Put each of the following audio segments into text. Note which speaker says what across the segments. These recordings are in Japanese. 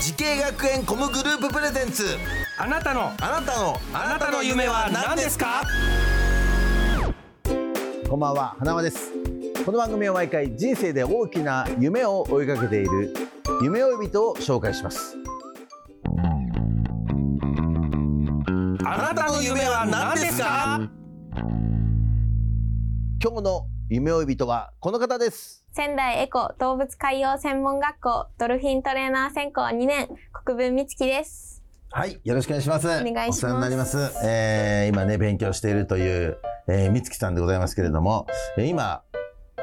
Speaker 1: 時系学園コムグループプレゼンツ
Speaker 2: あなたの
Speaker 1: あなたのあなたの夢は何ですか
Speaker 3: こんばんは花輪ですこの番組は毎回人生で大きな夢を追いかけている夢追い人を紹介します
Speaker 1: あなたの夢は何ですか
Speaker 3: 今日の夢追い人はこの方です
Speaker 4: 仙台エコ動物海洋専門学校ドルフィントレーナー専攻2年国分美月です
Speaker 3: はいよろしくお願いしますお
Speaker 4: 願いします
Speaker 3: 世話になります、えー、今ね勉強しているという、えー、美月さんでございますけれども、えー、今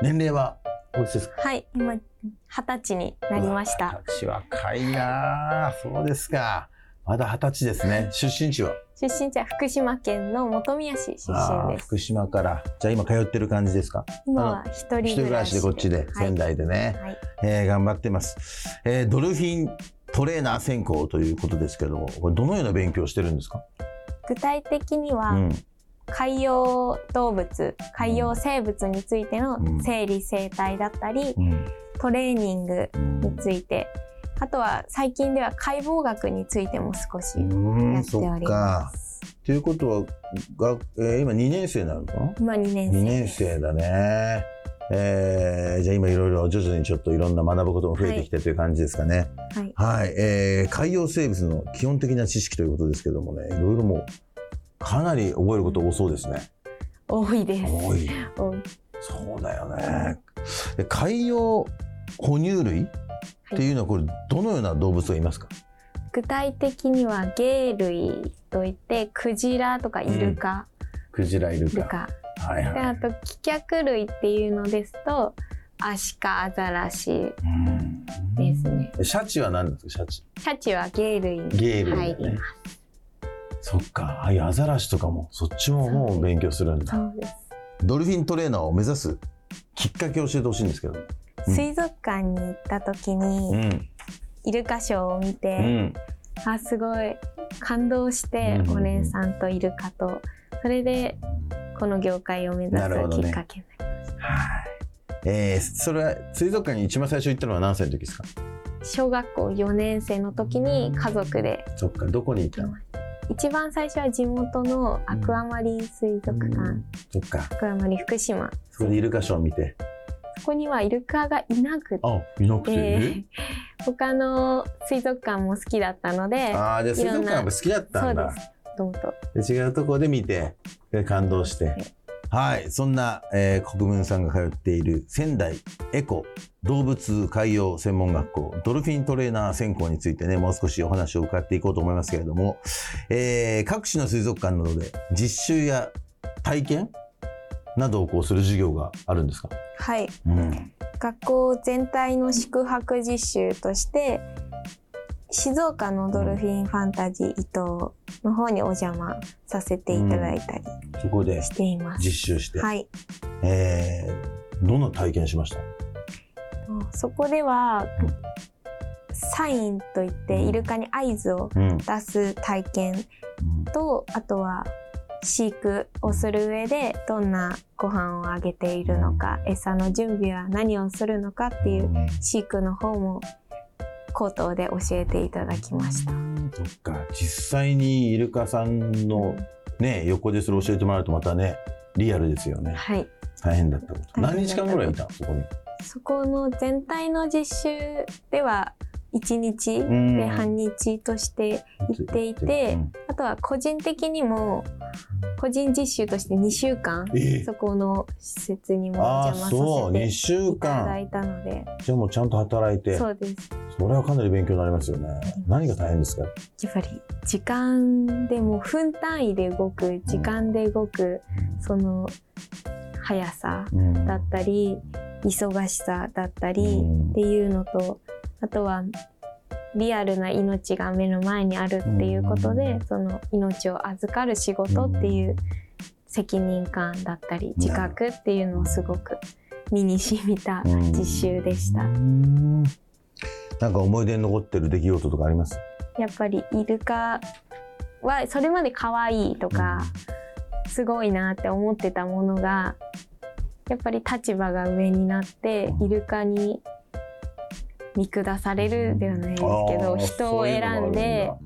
Speaker 3: 年齢はおいくつですか
Speaker 4: はい今二十歳になりました
Speaker 3: 私若いなあそうですかまだ二十歳ですね出身地は
Speaker 4: 出身地は福島県の本宮市出
Speaker 3: あ
Speaker 4: 身
Speaker 3: ー
Speaker 4: です
Speaker 3: 福島からじゃあ今通ってる感じですか
Speaker 4: 今は
Speaker 3: 一
Speaker 4: 一人
Speaker 3: 人
Speaker 4: 暮
Speaker 3: 暮
Speaker 4: ら
Speaker 3: ら
Speaker 4: し
Speaker 3: しでこっちで、
Speaker 4: はい
Speaker 3: 仙台でね、
Speaker 4: はい
Speaker 3: えー頑張ってます、えードルフィントレーナー専攻ということですけどもこれどのような勉強をしてるんですか、
Speaker 4: 具体的に
Speaker 3: う
Speaker 4: は
Speaker 3: ん、
Speaker 4: 海洋動物海洋生物についての
Speaker 3: うん
Speaker 4: 生理生態だったり
Speaker 3: うん
Speaker 4: トレーニング
Speaker 3: うん
Speaker 4: についてあとは最近では解剖学についても少し
Speaker 3: う
Speaker 4: や
Speaker 3: ん
Speaker 4: って
Speaker 3: そ
Speaker 4: お
Speaker 3: っ
Speaker 4: りま
Speaker 3: か
Speaker 4: す
Speaker 3: ということはが、えー今2年生なのかな
Speaker 4: 今2年生
Speaker 3: 2年生だねえーじゃあ今いろいろ徐々にちょっといろんな学ぶことも増えてきてという感じですかね
Speaker 4: はい
Speaker 3: はい、えー海洋生物の基本的な知識ということですけどもねいろいろもうかなり覚えること多そうですね
Speaker 4: 多いです
Speaker 3: 多い
Speaker 4: 多い
Speaker 3: そうだよね。で海洋哺乳類っていうのはこれどのような動物がいますか。
Speaker 4: 具体的には鯨類といってクジラとかイルカ、
Speaker 3: クジライル
Speaker 4: イル。カ
Speaker 3: はい
Speaker 4: で
Speaker 3: は
Speaker 4: あ
Speaker 3: い。
Speaker 4: と棄却類っていうのですとアシカアザラシですね、
Speaker 3: うん。シャチは何なんですかシャチ。
Speaker 4: シャチは鯨類に
Speaker 3: ゲール、
Speaker 4: 入り
Speaker 3: ね
Speaker 4: ま。
Speaker 3: そっか。ああいうアザラシとかもそっちももう勉強するん
Speaker 4: すそ
Speaker 3: だ。
Speaker 4: うです、
Speaker 3: ドルフィントレーナーを目指すきっかけを教えてほしいんですけど。うん
Speaker 4: 水族館に行った時に、
Speaker 3: ん。
Speaker 4: イルカショーを見
Speaker 3: う
Speaker 4: て、
Speaker 3: ん。
Speaker 4: あすごい感動して、
Speaker 3: うん
Speaker 4: お姉さんとイルカとそれでこの業界を目指す
Speaker 3: なるほどね
Speaker 4: きっかけになりました、
Speaker 3: はい。えー、それは水族館に一番最初行ったのは何歳の時ですか。
Speaker 4: 小学校4年生の時に家族で
Speaker 3: そっか。どこに行ったの。
Speaker 4: 一番最初は地元のアクアマリン水族館、
Speaker 3: うんそっか。
Speaker 4: アクアマリン福島
Speaker 3: そこでイルカショーを見て。
Speaker 4: そこにはイルカがいなくて、
Speaker 3: あ、いなくて。
Speaker 4: 他の水族館も好きだったので
Speaker 3: ああ、じゃあ水族館やっぱ好きだったん
Speaker 4: そう
Speaker 3: だ
Speaker 4: で。すどうと
Speaker 3: で違うところで見て、で感動して。はい、そんな、えー、国分さんが通っている仙台エコ動物海洋専門学校ドルフィントレーナー専攻についてね、もう少しお話を伺っていこうと思いますけれども、えー各地の水族館などで実習や体験などをこうする授業があるんですか、
Speaker 4: はい
Speaker 3: うん、
Speaker 4: 学校全体の宿泊実習として静岡のドルフィンファンタジー伊東の方にお邪魔させていただいたり
Speaker 3: そこで
Speaker 4: しています、
Speaker 3: 実習して、
Speaker 4: はい
Speaker 3: えーどんな体験しました
Speaker 4: そこでは
Speaker 3: うん
Speaker 4: サインといってイルカに合図を
Speaker 3: うん
Speaker 4: 出す体験とあとは飼育をする上でどんなご飯をあげているのか餌の準備は何をするのかっていう飼育の方も口頭で教えていただきました。
Speaker 3: そっか実際にイルカさんのね横でそれ教えてもらうとまたねリアルですよね
Speaker 4: はい、
Speaker 3: 大変だったこと
Speaker 4: 大
Speaker 3: 何
Speaker 4: 変
Speaker 3: 日
Speaker 4: だったこ
Speaker 3: 間
Speaker 4: と
Speaker 3: ぐらいいたのそこに
Speaker 4: そこの全体の実習では1日
Speaker 3: ん
Speaker 4: で半日として行っていて、あとは個人的にも個人実習として2週間
Speaker 3: うんえ
Speaker 4: そこの施設にもお
Speaker 3: ああ
Speaker 4: 邪
Speaker 3: そう2
Speaker 4: 魔させ
Speaker 3: 週
Speaker 4: ていただ
Speaker 3: 間
Speaker 4: いたので
Speaker 3: じゃあもうちゃんと働いて
Speaker 4: そ
Speaker 3: そう
Speaker 4: です
Speaker 3: れはかなり勉強になりますよね何が大変ですか
Speaker 4: やっぱり時間でもう分単位で動く時間で動くその速さだったり忙しさだったりっていうのとあとはリアルな命が目の前にあるっていうことで、その命を預かる仕事っていう責任感だったり自覚っていうのをすごく身に染みた
Speaker 3: うん
Speaker 4: 実習でした。
Speaker 3: うんなんか思い出に残ってる出来事とかあります
Speaker 4: やっぱりイルカはそれまで可愛いとかすごいなって思ってたものがやっぱり立場が上になってイルカに見下されるではないですけ
Speaker 3: あ
Speaker 4: ど
Speaker 3: ー
Speaker 4: 人
Speaker 3: そ
Speaker 4: を選んで
Speaker 3: ういうのがあるんだ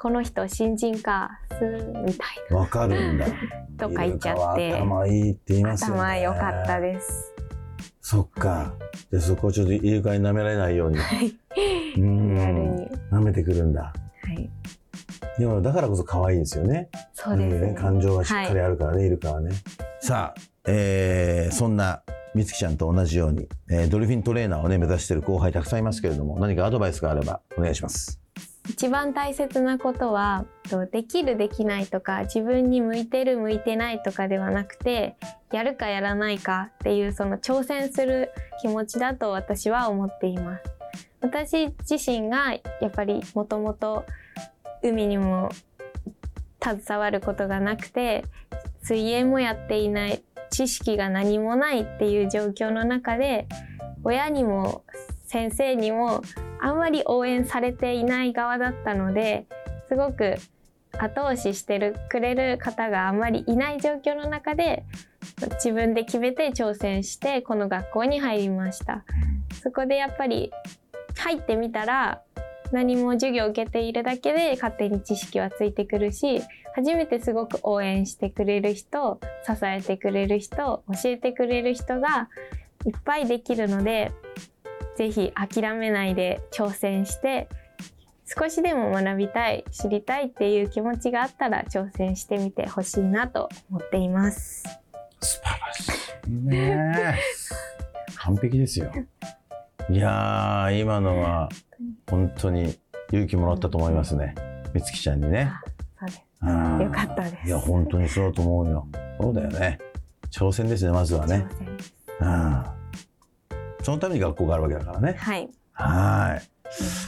Speaker 4: この人新人かすみたい
Speaker 3: わかるんだ
Speaker 4: なとか言っちゃっ
Speaker 3: イル
Speaker 4: て
Speaker 3: カは頭いいって言いますよね
Speaker 4: 頭良かったです。
Speaker 3: そっかでそこをちょっとイルカに舐められないように
Speaker 4: はい、
Speaker 3: う
Speaker 4: リアルに
Speaker 3: ん、舐めてくるんだ
Speaker 4: はい、
Speaker 3: でもだからこそ可愛いですよね
Speaker 4: そうです
Speaker 3: うん
Speaker 4: ね。
Speaker 3: 感情がしっかりあるからね、イルカはねさあ、えーそんな美月ちゃんと同じように、えードルフィントレーナーをね目指してる後輩たくさんいますけれども何かアドバイスがあればお願いします
Speaker 4: 一番大切なことはとできるできないとか自分に向いてる向いてないとかではなくてやるかやらないかっていうその挑戦する気持ちだと私は思っています私自身がやっぱりもともと海にも携わることがなくて水泳もやっていない知識が何もないっていう状況の中で親にも先生にもあんまり応援されていない側だったのですごく後押ししてるくれる方があんまりいない状況の中で自分で決めて挑戦してこの学校に入りましたそこでやっぱり入ってみたら何も授業を受けているだけで勝手に知識はついてくるし初めてすごく応援してくれる人支えてくれる人教えてくれる人がいっぱいできるのでぜひ諦めないで挑戦して少しでも学びたい知りたいっていう気持ちがあったら挑戦してみてほしいなと思っています
Speaker 3: 素晴らしいね完璧ですよいやー今のは本当に勇気もらったと思いますね美月ちゃんにね
Speaker 4: そうです
Speaker 3: うん
Speaker 4: よかったです
Speaker 3: いや本当にそうだと思うよそうだよね挑戦ですねまずはね
Speaker 4: 挑戦
Speaker 3: うんそのために学校があるわけだからね。
Speaker 4: はい
Speaker 3: はい。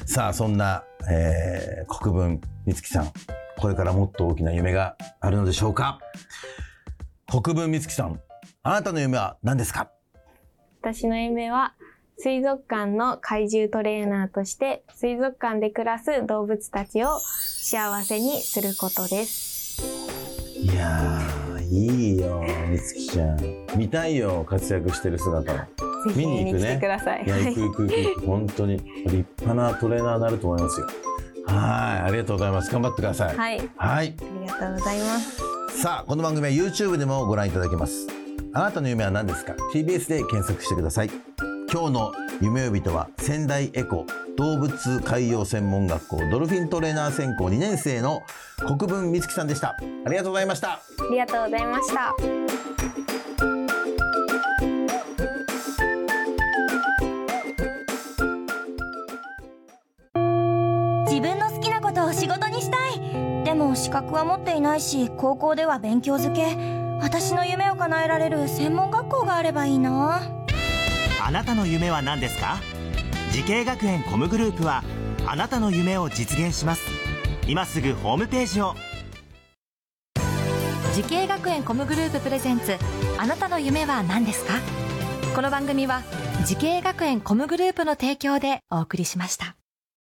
Speaker 3: さあ、そんな、えー国分美月さん、これからもっと大きな夢があるのでしょうか国分美月さん、あなたの夢は何ですか
Speaker 4: 私の夢は水族館の怪獣トレーナーとして水族館で暮らす動物たちを幸せにすることです
Speaker 3: いやー、いいよ、美月ちゃん。見たいよ、活躍してる姿を。
Speaker 4: ぜひ
Speaker 3: 見に
Speaker 4: 見
Speaker 3: 行
Speaker 4: に
Speaker 3: くね
Speaker 4: 来てください
Speaker 3: いや、
Speaker 4: は
Speaker 3: 行
Speaker 4: い
Speaker 3: く行く行く、本当に立派なトレーナーになると思いますよ。はい、ありがとうございます。頑張ってください。
Speaker 4: はい、あ
Speaker 3: はい
Speaker 4: りがとうございます
Speaker 3: さあこの番組は YouTube でもご覧いただけますあなたの夢は何ですか TBS で検索してください今日の夢呼びとは仙台エコ動物海洋専門学校ドルフィントレーナー専攻2年生の国分美月さんでしたありがとうございました
Speaker 4: ありがとうございました
Speaker 5: 自分の好きなことを仕事にしたいでも資格は持っていないし高校では勉強づけ私の夢を叶えられる専門学校があればいいな
Speaker 6: あなたの夢は何ですか時系学園コムグループはあなたの夢を実現します今すぐホームページを
Speaker 7: 時系学園コムグループプレゼンツあなたの夢は何ですかこの番組は時系学園コムグループの提供でお送りしました